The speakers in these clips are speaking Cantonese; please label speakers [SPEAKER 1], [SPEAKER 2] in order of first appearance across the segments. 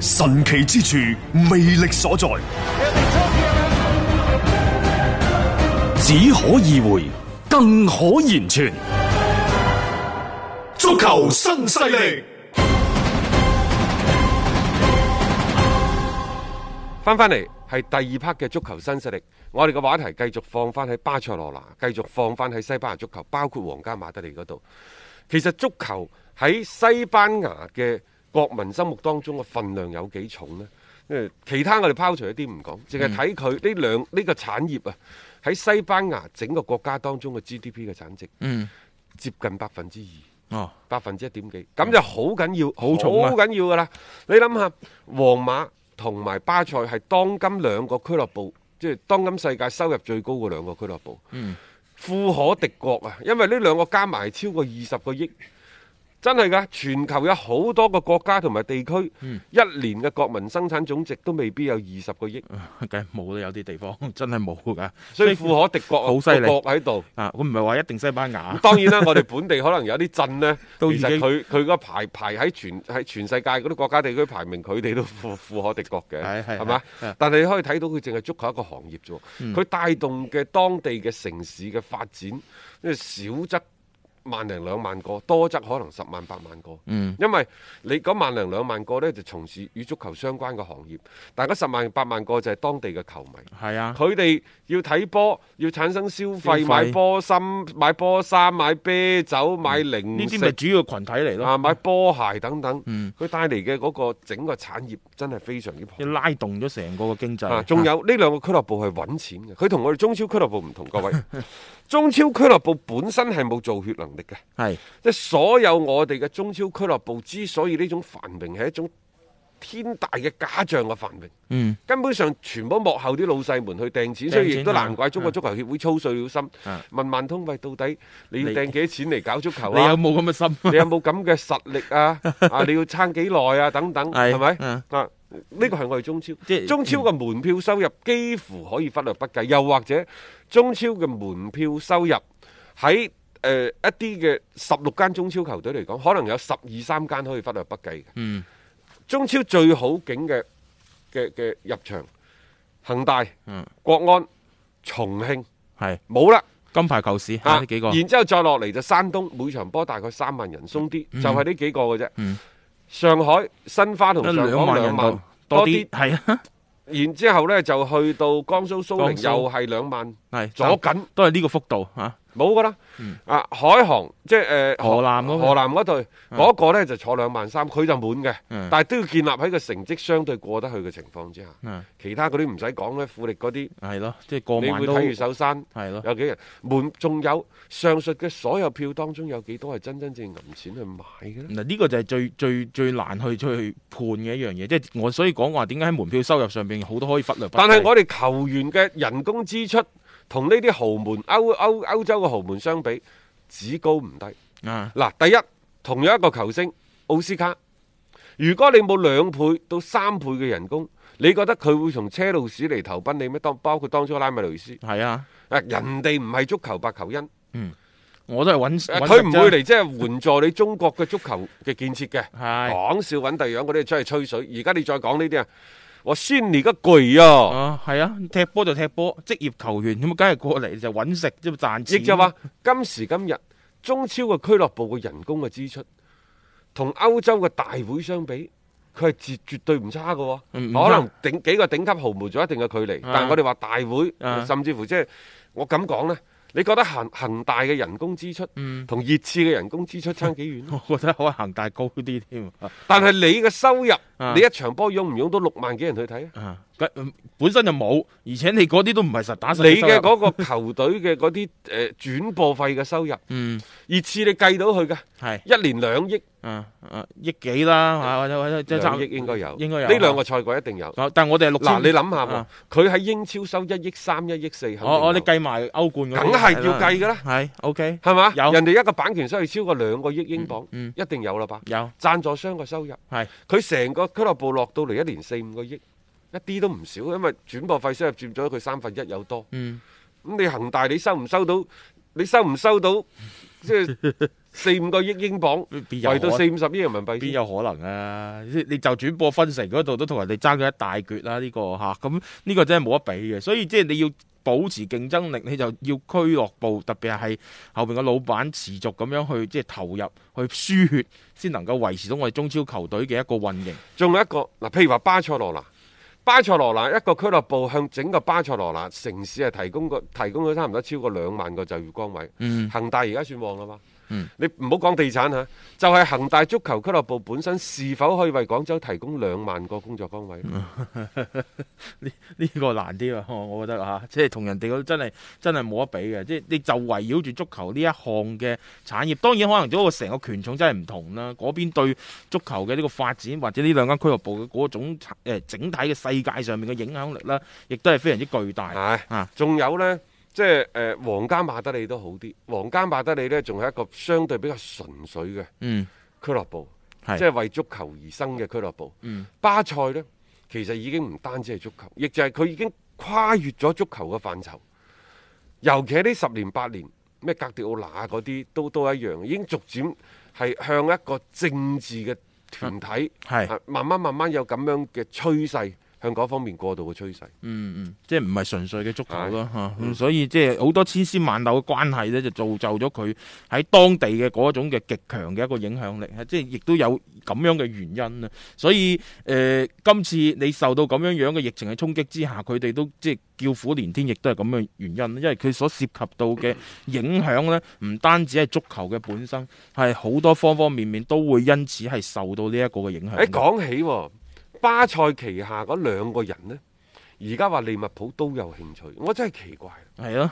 [SPEAKER 1] 神奇之處，魅力所在，
[SPEAKER 2] 只可意會，更可言傳。
[SPEAKER 1] 足球新勢力。
[SPEAKER 3] 翻翻嚟係第二 part 嘅足球新勢力，我哋嘅話題繼續放翻喺巴塞羅那，繼續放翻喺西班牙足球，包括皇家馬德里嗰度。其實足球喺西班牙嘅國民心目當中嘅份量有幾重呢？誒，其他我哋拋除一啲唔講，淨係睇佢呢兩呢個產業啊，喺西班牙整個國家當中嘅 GDP 嘅產值，
[SPEAKER 4] 嗯，
[SPEAKER 3] 接近百分之二。
[SPEAKER 4] 哦，
[SPEAKER 3] 百分之一點幾，咁就好緊要，好
[SPEAKER 4] 重啊
[SPEAKER 3] 好緊要噶啦！你諗下，皇馬同埋巴塞係當今兩個俱樂部，即係當今世界收入最高嘅兩個俱樂部，
[SPEAKER 4] 嗯
[SPEAKER 3] 富可敵國啊！因為呢兩個加埋超過二十個億，真係㗎！全球有好多個國家同埋地區，
[SPEAKER 4] 嗯
[SPEAKER 3] 一年嘅國民生產總值都未必有二十個億，
[SPEAKER 4] 梗係冇啦，有啲地方 真係冇㗎。
[SPEAKER 3] 所以富可敵國啊
[SPEAKER 4] 好犀利
[SPEAKER 3] 個國喺度。
[SPEAKER 4] 啊，我唔係話一定西班牙
[SPEAKER 3] 咁，當然啦，我哋本地可能有啲鎮呢，
[SPEAKER 4] 都
[SPEAKER 3] 其
[SPEAKER 4] 已經
[SPEAKER 3] 實佢佢嗰排排喺全喺全世界嗰啲國家地區排名，佢哋都 富富可敵國嘅，
[SPEAKER 4] 係係
[SPEAKER 3] 係嘛
[SPEAKER 4] 係？嗯
[SPEAKER 3] 但係你可以睇到佢淨係足球一個行業啫喎，佢帶動嘅當地嘅城市嘅發展，因為少則萬零兩萬個，多則可能十萬八萬個。
[SPEAKER 4] 嗯，
[SPEAKER 3] 因為你嗰萬零兩萬個呢，就從事與足球相關嘅行業，但係嗰十萬八萬個就係當地嘅球迷。
[SPEAKER 4] 係啊，
[SPEAKER 3] 佢哋要睇波，要產生消費，
[SPEAKER 4] 消費
[SPEAKER 3] 買波衫、買波衫、買啤酒、買
[SPEAKER 4] 嗯呢
[SPEAKER 3] 零
[SPEAKER 4] 啲咪
[SPEAKER 3] 食
[SPEAKER 4] 主要群體嚟
[SPEAKER 3] 啊，
[SPEAKER 4] 咯，
[SPEAKER 3] 買波鞋等等。
[SPEAKER 4] 嗯
[SPEAKER 3] 佢帶嚟嘅嗰個整個產業真係非常之
[SPEAKER 4] 要
[SPEAKER 3] 龐
[SPEAKER 4] 拉動咗成個嘅經
[SPEAKER 3] 大。啊
[SPEAKER 4] 濟。
[SPEAKER 3] 仲有呢兩個俱樂部係揾錢嘅，佢同我哋中超俱樂部唔同，各 位。中超俱樂部本身係冇造血能力嘅，
[SPEAKER 4] 係
[SPEAKER 3] 即係所有我哋嘅中超俱樂部之所以呢種繁榮係一種天大嘅假象嘅繁榮。
[SPEAKER 4] 嗯
[SPEAKER 3] 根本上全部幕後啲老細們去掟錢，所
[SPEAKER 4] 掟
[SPEAKER 3] 以
[SPEAKER 4] 錢嗯
[SPEAKER 3] 亦都難怪中國足球協會操碎了心
[SPEAKER 4] 啊，
[SPEAKER 3] 問萬通喂，到底你要
[SPEAKER 4] 你
[SPEAKER 3] 掟幾多錢嚟搞足球
[SPEAKER 4] 你有
[SPEAKER 3] 啊？
[SPEAKER 4] 冇咁嘅心？
[SPEAKER 3] 你有冇咁嘅實力 啊？啊，你要撐幾耐啊？等等，
[SPEAKER 4] 係
[SPEAKER 3] 係咪
[SPEAKER 4] 嗯
[SPEAKER 3] 啊？呢個係我哋中超
[SPEAKER 4] 即係，
[SPEAKER 3] 中超嘅門票收入幾乎可以忽略不計，又或者中超嘅門票收入喺誒一啲嘅十六間中超球隊嚟講，可能有十二三間可以忽略不計嘅。
[SPEAKER 4] 嗯，
[SPEAKER 3] 中超最好景嘅嘅嘅入場，恒大、
[SPEAKER 4] 嗯
[SPEAKER 3] 國安、重慶
[SPEAKER 4] 係
[SPEAKER 3] 冇啦
[SPEAKER 4] 金牌球市啊，
[SPEAKER 3] 啊
[SPEAKER 4] 呢幾個
[SPEAKER 3] 然之後再落嚟就山東，每場波大概三萬人，鬆啲，就係呢幾個嘅啫。
[SPEAKER 4] 嗯
[SPEAKER 3] 上海申花同上港
[SPEAKER 4] 兩萬
[SPEAKER 3] 兩
[SPEAKER 4] 人度
[SPEAKER 3] 萬
[SPEAKER 4] 多啲， 係啊，
[SPEAKER 3] 然之後呢就去到江蘇蘇寧
[SPEAKER 4] 江蘇
[SPEAKER 3] 又係兩萬，
[SPEAKER 4] 係
[SPEAKER 3] 左緊
[SPEAKER 4] 都係呢個幅度嚇。
[SPEAKER 3] 冇噶啦。啊，海航即係誒
[SPEAKER 4] 嗯河南嗰個
[SPEAKER 3] 河南嗰隊嗰個呢就坐兩萬三，佢就滿嘅，
[SPEAKER 4] 嗯
[SPEAKER 3] 但係都要建立喺個成績相對過得去嘅情況之下。
[SPEAKER 4] 嗯，
[SPEAKER 3] 其他嗰啲唔使講咧，富力嗰啲，
[SPEAKER 4] 係咯，即係過
[SPEAKER 3] 你
[SPEAKER 4] 萬
[SPEAKER 3] 會
[SPEAKER 4] 都
[SPEAKER 3] 睇越手山
[SPEAKER 4] 係咯。
[SPEAKER 3] 有幾人門，仲有上述嘅所有票當中有幾多係真真正正揞錢去買嘅呢？
[SPEAKER 4] 嗱，呢個就係最最最難去去判嘅一樣嘢，即係我所以講話點解喺門票收入上邊好多可以忽略不計。
[SPEAKER 3] 但係我哋球員嘅人工支出同呢啲豪門歐歐歐洲嘅豪門相比，只高唔低。
[SPEAKER 4] 啊，
[SPEAKER 3] 嗱，第一同樣一個球星奧斯卡，如果你冇兩倍到三倍嘅人工，你覺得佢會從車路士嚟投奔你咩？當包括當初拉米雷斯，
[SPEAKER 4] 係啊，
[SPEAKER 3] 啊人哋唔係足球白球恩。
[SPEAKER 4] 我都係揾
[SPEAKER 3] 誒
[SPEAKER 4] 揾
[SPEAKER 3] 啊佢唔
[SPEAKER 4] 食啫
[SPEAKER 3] 會嚟即係援助你中國嘅足球嘅建設嘅，
[SPEAKER 4] 係
[SPEAKER 3] 講笑揾第二樣嗰啲真係吹水。而家你再講呢啲啊，我先你個攰啊！
[SPEAKER 4] 啊，係啊，踢波就踢波，職業球員咁啊，梗係過嚟就揾食啫嘛，賺
[SPEAKER 3] 亦
[SPEAKER 4] 錢。
[SPEAKER 3] 就話今時今日中超嘅俱樂部嘅人工嘅支出，同歐洲嘅大會相比，佢係絕絕對唔差嘅喎、
[SPEAKER 4] 嗯唔
[SPEAKER 3] 可
[SPEAKER 4] 差
[SPEAKER 3] 能頂幾個頂級豪門仲有一定嘅距離，
[SPEAKER 4] 啊
[SPEAKER 3] 但係我哋話大會，
[SPEAKER 4] 啊
[SPEAKER 3] 甚至乎即係我咁講呢，你覺得恒恒大嘅人工支出
[SPEAKER 4] 嗯
[SPEAKER 3] 同熱刺嘅人工支出差幾遠呢？
[SPEAKER 4] 我覺得可能恒大高啲添啊
[SPEAKER 3] 但係你嘅收入，
[SPEAKER 4] 啊
[SPEAKER 3] 你一場波擁唔擁到六萬幾人去睇啊？
[SPEAKER 4] 啊！咁嗯本身就冇，而且你嗰啲都唔係實打實嘅
[SPEAKER 3] 你
[SPEAKER 4] 收入
[SPEAKER 3] 嘅嗰個球隊嘅嗰啲誒轉播費嘅收入，
[SPEAKER 4] 嗯
[SPEAKER 3] 熱刺你計到佢嘅，
[SPEAKER 4] 係
[SPEAKER 3] 一年兩億，
[SPEAKER 4] 啊啊億幾啦嚇，或者或者即係
[SPEAKER 3] 啊兩
[SPEAKER 4] 三
[SPEAKER 3] 億應該有，
[SPEAKER 4] 應該有
[SPEAKER 3] 呢兩個賽季一定有。
[SPEAKER 4] 啊但係我哋係六千
[SPEAKER 3] 嗱，你諗下喎
[SPEAKER 4] 啊，
[SPEAKER 3] 佢喺英超收一億三、一億四，肯定
[SPEAKER 4] 我我你
[SPEAKER 3] 有
[SPEAKER 4] 計埋歐冠嗰啲
[SPEAKER 3] 梗係要計㗎啦
[SPEAKER 4] 係 OK
[SPEAKER 3] 係嘛？
[SPEAKER 4] 有
[SPEAKER 3] 人哋一個版權收入超過兩個億英鎊，
[SPEAKER 4] 嗯嗯
[SPEAKER 3] 一定有啦吧？
[SPEAKER 4] 有
[SPEAKER 3] 贊助商嘅收入，
[SPEAKER 4] 係
[SPEAKER 3] 佢成個俱樂部落到嚟一年四五個億，一啲都唔少，因為轉播費收入佔咗佢三分一有多。
[SPEAKER 4] 嗯
[SPEAKER 3] 咁你恒大你收唔收到？你收唔收到？即係四五個億英鎊，
[SPEAKER 4] 邊有
[SPEAKER 3] 圍到
[SPEAKER 4] 可
[SPEAKER 3] 四五十億人民幣
[SPEAKER 4] 邊
[SPEAKER 3] 先。
[SPEAKER 4] 有可能啊？即係你就轉播分成嗰度都同人哋爭咗一大橛啦，呢、個吓咁呢個真係冇得比嘅。所以即係你要保持競爭力，你就要俱樂部特別係後邊個老闆持續咁樣去即係投入去輸血，先能夠維持到我哋中超球隊嘅一個運營。
[SPEAKER 3] 仲有一個嗱，譬如話巴塞羅那，巴塞羅那一個俱樂部向整個巴塞羅那城市係提供個提供咗差唔多超過兩萬個就業崗位。
[SPEAKER 4] 嗯
[SPEAKER 3] 恒大而家算旺啦嘛。
[SPEAKER 4] 嗯
[SPEAKER 3] 你唔好講地產嚇，就係、恒大足球俱樂部本身是否可以為廣州提供兩萬個工作崗位？
[SPEAKER 4] 呢 呢個難啲啊，我我覺得嚇，即係同人哋嗰真係真係冇得比嘅，即係你就圍繞住足球呢一項嘅產業，當然可能嗰個成個權重真係唔同啦。嗰邊對足球嘅呢個發展，或者呢兩間俱樂部嘅嗰種誒整體嘅世界上面嘅影響力啦，亦都係非常之巨大。
[SPEAKER 3] 係、
[SPEAKER 4] 啊
[SPEAKER 3] 仲有呢，即係誒皇家馬德里都好啲，皇家馬德里呢，仲係一個相對比較純粹嘅
[SPEAKER 4] 嗯，
[SPEAKER 3] 俱樂部，
[SPEAKER 4] 係
[SPEAKER 3] 即係為足球而生嘅俱樂部。
[SPEAKER 4] 嗯
[SPEAKER 3] 巴塞呢，其實已經唔單止係足球，亦就係佢已經跨越咗足球嘅範疇。尤其喺呢十年八年，咩格迪奧拿嗰啲都都一樣，已經逐漸係向一個政治嘅團體，
[SPEAKER 4] 係
[SPEAKER 3] 啊慢慢慢慢有咁樣嘅趨勢，向嗰方面過渡嘅趨勢。
[SPEAKER 4] 嗯嗯，即係唔係純粹嘅足球咯嚇，咁所以即係好多千絲萬縷嘅關係咧，就造就咗佢喺當地嘅嗰種嘅極強嘅一個影響力，即係亦都有咁樣嘅原因啦。所以誒、呃今次你受到咁樣樣嘅疫情嘅衝擊之下，佢哋都即係叫苦連天，亦都係咁嘅原因，因為佢所涉及到嘅影響呢，唔單止係足球嘅本身，係好多方方面面都會因此係受到呢一個嘅影響嘅。
[SPEAKER 3] 誒講起喎巴塞旗下嗰兩個人呢，而家話利物浦都有興趣，我真係奇怪，啊
[SPEAKER 4] 係咯，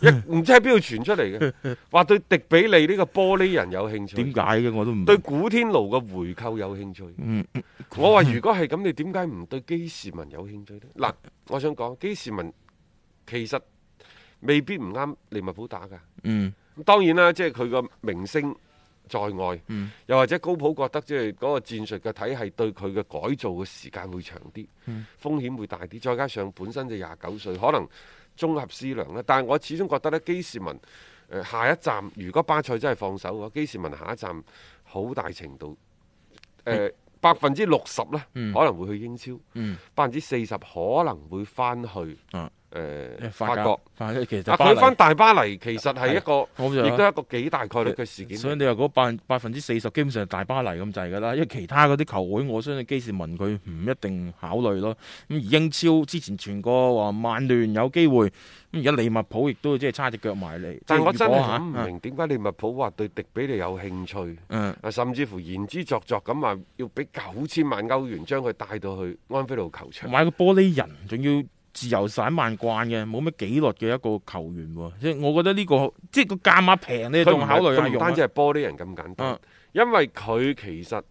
[SPEAKER 3] 一 唔知喺邊度傳出嚟嘅，話對迪比利呢個玻璃人有興趣，
[SPEAKER 4] 點解嘅我都唔
[SPEAKER 3] 對
[SPEAKER 4] 明
[SPEAKER 3] 古天奴嘅回購有興趣。
[SPEAKER 4] 嗯
[SPEAKER 3] 我話如果係咁，你點解唔對基士文有興趣呢？嗱，我想講基士文其實未必唔啱利物浦打㗎。
[SPEAKER 4] 嗯
[SPEAKER 3] 咁當然啦，即係佢個明星在外，
[SPEAKER 4] 嗯
[SPEAKER 3] 又或者高普覺得即係嗰個戰術嘅體系對佢嘅改造嘅時間會長啲，
[SPEAKER 4] 嗯
[SPEAKER 3] 風險會大啲，再加上本身就廿九歲，可能綜合思量咧。但係我始終覺得呢，基士文誒、呃下一站，如果巴塞真係放手嘅話，基士文下一站好大程度誒百分之六十咧，
[SPEAKER 4] 嗯
[SPEAKER 3] 可能會去英超，
[SPEAKER 4] 嗯
[SPEAKER 3] 百分之四十可能會翻去誒、
[SPEAKER 4] 啊
[SPEAKER 3] 呃、
[SPEAKER 4] 法
[SPEAKER 3] 法
[SPEAKER 4] 甲
[SPEAKER 3] 國。
[SPEAKER 4] 法國其實
[SPEAKER 3] 啊！
[SPEAKER 4] 巴
[SPEAKER 3] 佢
[SPEAKER 4] 黎
[SPEAKER 3] 翻大巴黎其實係一個
[SPEAKER 4] 我啊就，
[SPEAKER 3] 亦都係一個幾大概率嘅事件。
[SPEAKER 4] 所以你話嗰百分百分之四十基本上係大巴黎咁滯㗎啦，因為其他嗰啲球會，我相信基士文佢唔一定考慮咯。咁而英超之前傳過話曼聯有機會，咁而家利物浦亦都即係差只腳埋嚟。
[SPEAKER 3] 但
[SPEAKER 4] 即係
[SPEAKER 3] 係我真
[SPEAKER 4] 如
[SPEAKER 3] 係
[SPEAKER 4] 果嚇
[SPEAKER 3] 諗唔明點解利物浦話對迪比利有興趣，
[SPEAKER 4] 嗯
[SPEAKER 3] 啊甚至乎言之鑿鑿咁話要俾九千萬歐元將佢帶到去安菲路球場。
[SPEAKER 4] 啊買個玻璃人，仲要自由散漫慣嘅，冇乜紀律嘅一個球員喎。即係我覺得呢、個即係個價碼平，你
[SPEAKER 3] 佢
[SPEAKER 4] 仲
[SPEAKER 3] 唔
[SPEAKER 4] 考慮下
[SPEAKER 3] 佢唔
[SPEAKER 4] 用
[SPEAKER 3] 單
[SPEAKER 4] 啊
[SPEAKER 3] 止。係玻璃人咁簡單
[SPEAKER 4] 嗯，
[SPEAKER 3] 因為佢其實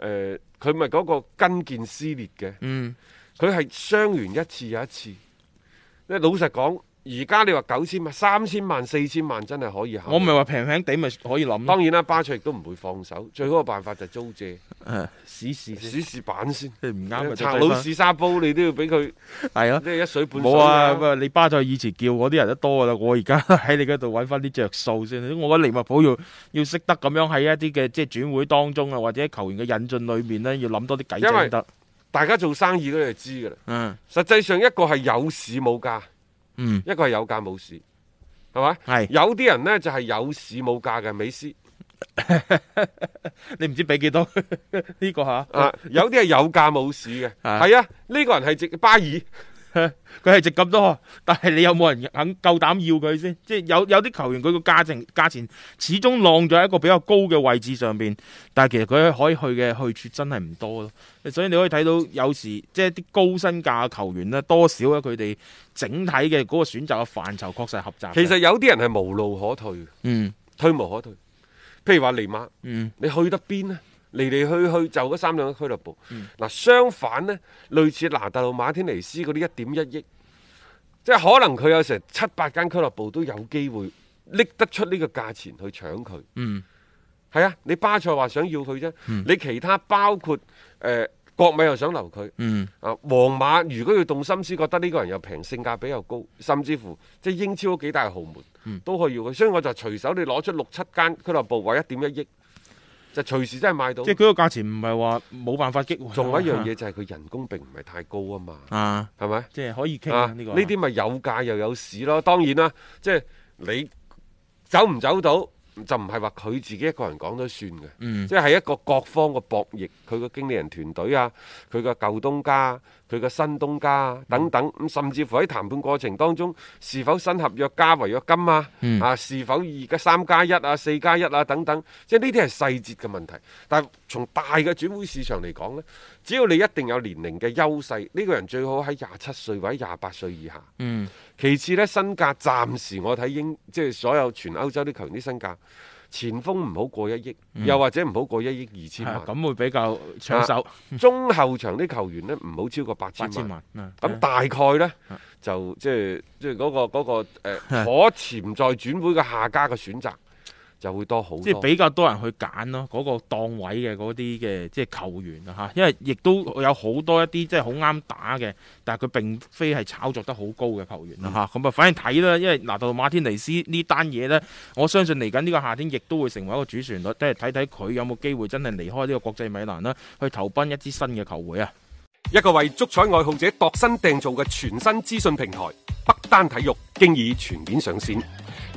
[SPEAKER 3] 誒佢咪嗰個根建撕裂嘅，
[SPEAKER 4] 嗯
[SPEAKER 3] 佢係傷完一次又一次。即係老實講，而家你話九千萬、三千萬、四千萬真係可以考慮。
[SPEAKER 4] 我唔係話平平地咪可以諗咯。
[SPEAKER 3] 當然啦，巴塞亦都唔會放手，最好嘅辦法就係租借，
[SPEAKER 4] 誒啊試試先，
[SPEAKER 3] 試試板先。
[SPEAKER 4] 即係唔啱啊咪就
[SPEAKER 3] 查
[SPEAKER 4] 對
[SPEAKER 3] 老
[SPEAKER 4] 返
[SPEAKER 3] 士沙煲你都要俾佢，
[SPEAKER 4] 係咯
[SPEAKER 3] 即。係一水半水
[SPEAKER 4] 冇啊！
[SPEAKER 3] 啦。
[SPEAKER 4] 喂，你巴塞以前叫嗰啲人都多啦，我而家 喺你嗰度揾翻啲着數先。我覺得利物浦要要識得咁樣喺一啲嘅即係轉會當中啊，或者球員嘅引進裏面呢，要諗多啲計
[SPEAKER 3] 因為
[SPEAKER 4] 仔得。
[SPEAKER 3] 大家做生意嗰啲就知㗎啦。
[SPEAKER 4] 嗯
[SPEAKER 3] 實際上一個係有市冇價，
[SPEAKER 4] 嗯，
[SPEAKER 3] 一個係有價冇市，係咪？
[SPEAKER 4] 係
[SPEAKER 3] 有啲人呢就係有市冇價嘅美斯，
[SPEAKER 4] 你唔知俾幾多 呢個吓？
[SPEAKER 3] 啊，有啲係有價冇市嘅，
[SPEAKER 4] 啊
[SPEAKER 3] 係啊，呢個人係值巴爾。
[SPEAKER 4] 佢係值咁多， 但係你有冇人肯夠膽要佢先？即係有有啲球員佢個價錢價錢始終浪咗喺一個比較高嘅位置上邊，但係其實佢可以去嘅去處真係唔多咯。所以你可以睇到有時即係啲高身價嘅球員呢，多少咧佢哋整體嘅嗰個選擇嘅範疇確實係狹窄嘅。
[SPEAKER 3] 其實有啲人係無路可退嘅，
[SPEAKER 4] 嗯
[SPEAKER 3] 退無可退。譬如話尼馬，
[SPEAKER 4] 嗯
[SPEAKER 3] 你去得邊呢？嚟嚟去去就嗰三兩個俱樂部。嗱、相反呢，類似拿特魯馬天尼斯嗰啲一點一億，即係可能佢有成七八間俱樂部都有機會拎得出呢個價錢去搶佢。
[SPEAKER 4] 嗯
[SPEAKER 3] 係啊，你巴塞話想要佢啫，你其他包括誒、呃、國米又想留佢。
[SPEAKER 4] 嗯
[SPEAKER 3] 啊，皇馬如果要動心思，覺得呢個人又平，性價比又高，甚至乎即係英超嗰幾大豪門、
[SPEAKER 4] 嗯
[SPEAKER 3] 都可以要佢，所以我就隨手你攞出六七間俱樂部，話一點一億，就隨時真係買到
[SPEAKER 4] 即係。佢個價錢唔係話冇辦法激活。
[SPEAKER 3] 仲有一樣嘢就係佢人工並唔係太高啊嘛，
[SPEAKER 4] 啊，
[SPEAKER 3] 係咪？
[SPEAKER 4] 即係可以傾
[SPEAKER 3] 啊
[SPEAKER 4] 啊呢個
[SPEAKER 3] 呢啲咪有價又有市咯。當然啦，即係你走唔走到，就唔係話佢自己一個人講都算嘅。
[SPEAKER 4] 嗯
[SPEAKER 3] 即係一個各方嘅博弈，佢個經理人團隊啊，佢個舊東家，佢個新東家
[SPEAKER 4] 嗯
[SPEAKER 3] 啊等等，咁、甚至乎喺談判過程當中，是否新合約加違約金啊，
[SPEAKER 4] 嗯
[SPEAKER 3] 啊是否二加三加一啊、四加一啊等等，即係呢啲係細節嘅問題。但係從大嘅轉會市場嚟講呢，只要你一定有年齡嘅優勢，呢、個人最好喺廿七歲或者廿八歲以下。
[SPEAKER 4] 嗯
[SPEAKER 3] 其次呢，身價暫時我睇英即係所有全歐洲啲球員啲身價，前鋒唔好過一億，又或者唔好過一億二千
[SPEAKER 4] 嗯係啊
[SPEAKER 3] 萬。
[SPEAKER 4] 咁會比較搶手
[SPEAKER 3] 啊中後場啲球員呢，唔好超過八
[SPEAKER 4] 八
[SPEAKER 3] 千
[SPEAKER 4] 千
[SPEAKER 3] 萬。
[SPEAKER 4] 萬。啊
[SPEAKER 3] 咁大概呢，就即係即係嗰個嗰、個 呃可潛在轉會嘅下家嘅選擇就會多好
[SPEAKER 4] 即係
[SPEAKER 3] 多。
[SPEAKER 4] 比較多人去揀咯，嗰、個檔位嘅嗰啲嘅即係球員啊嚇，因為亦都有好多一啲即係好啱打嘅，但係佢並非係炒作得好高嘅球員
[SPEAKER 3] 嗯
[SPEAKER 4] 啊嚇，咁啊反正睇啦，因為拿到馬天尼斯呢單嘢呢，我相信嚟緊呢個夏天亦都會成為一個主旋律，即係睇睇佢有冇機會真係離開呢個國際米蘭啦，去投奔一支新嘅球會啊！
[SPEAKER 3] 一個為足彩愛好者度身訂造嘅全新資訊平台北單體育，經已全面上線。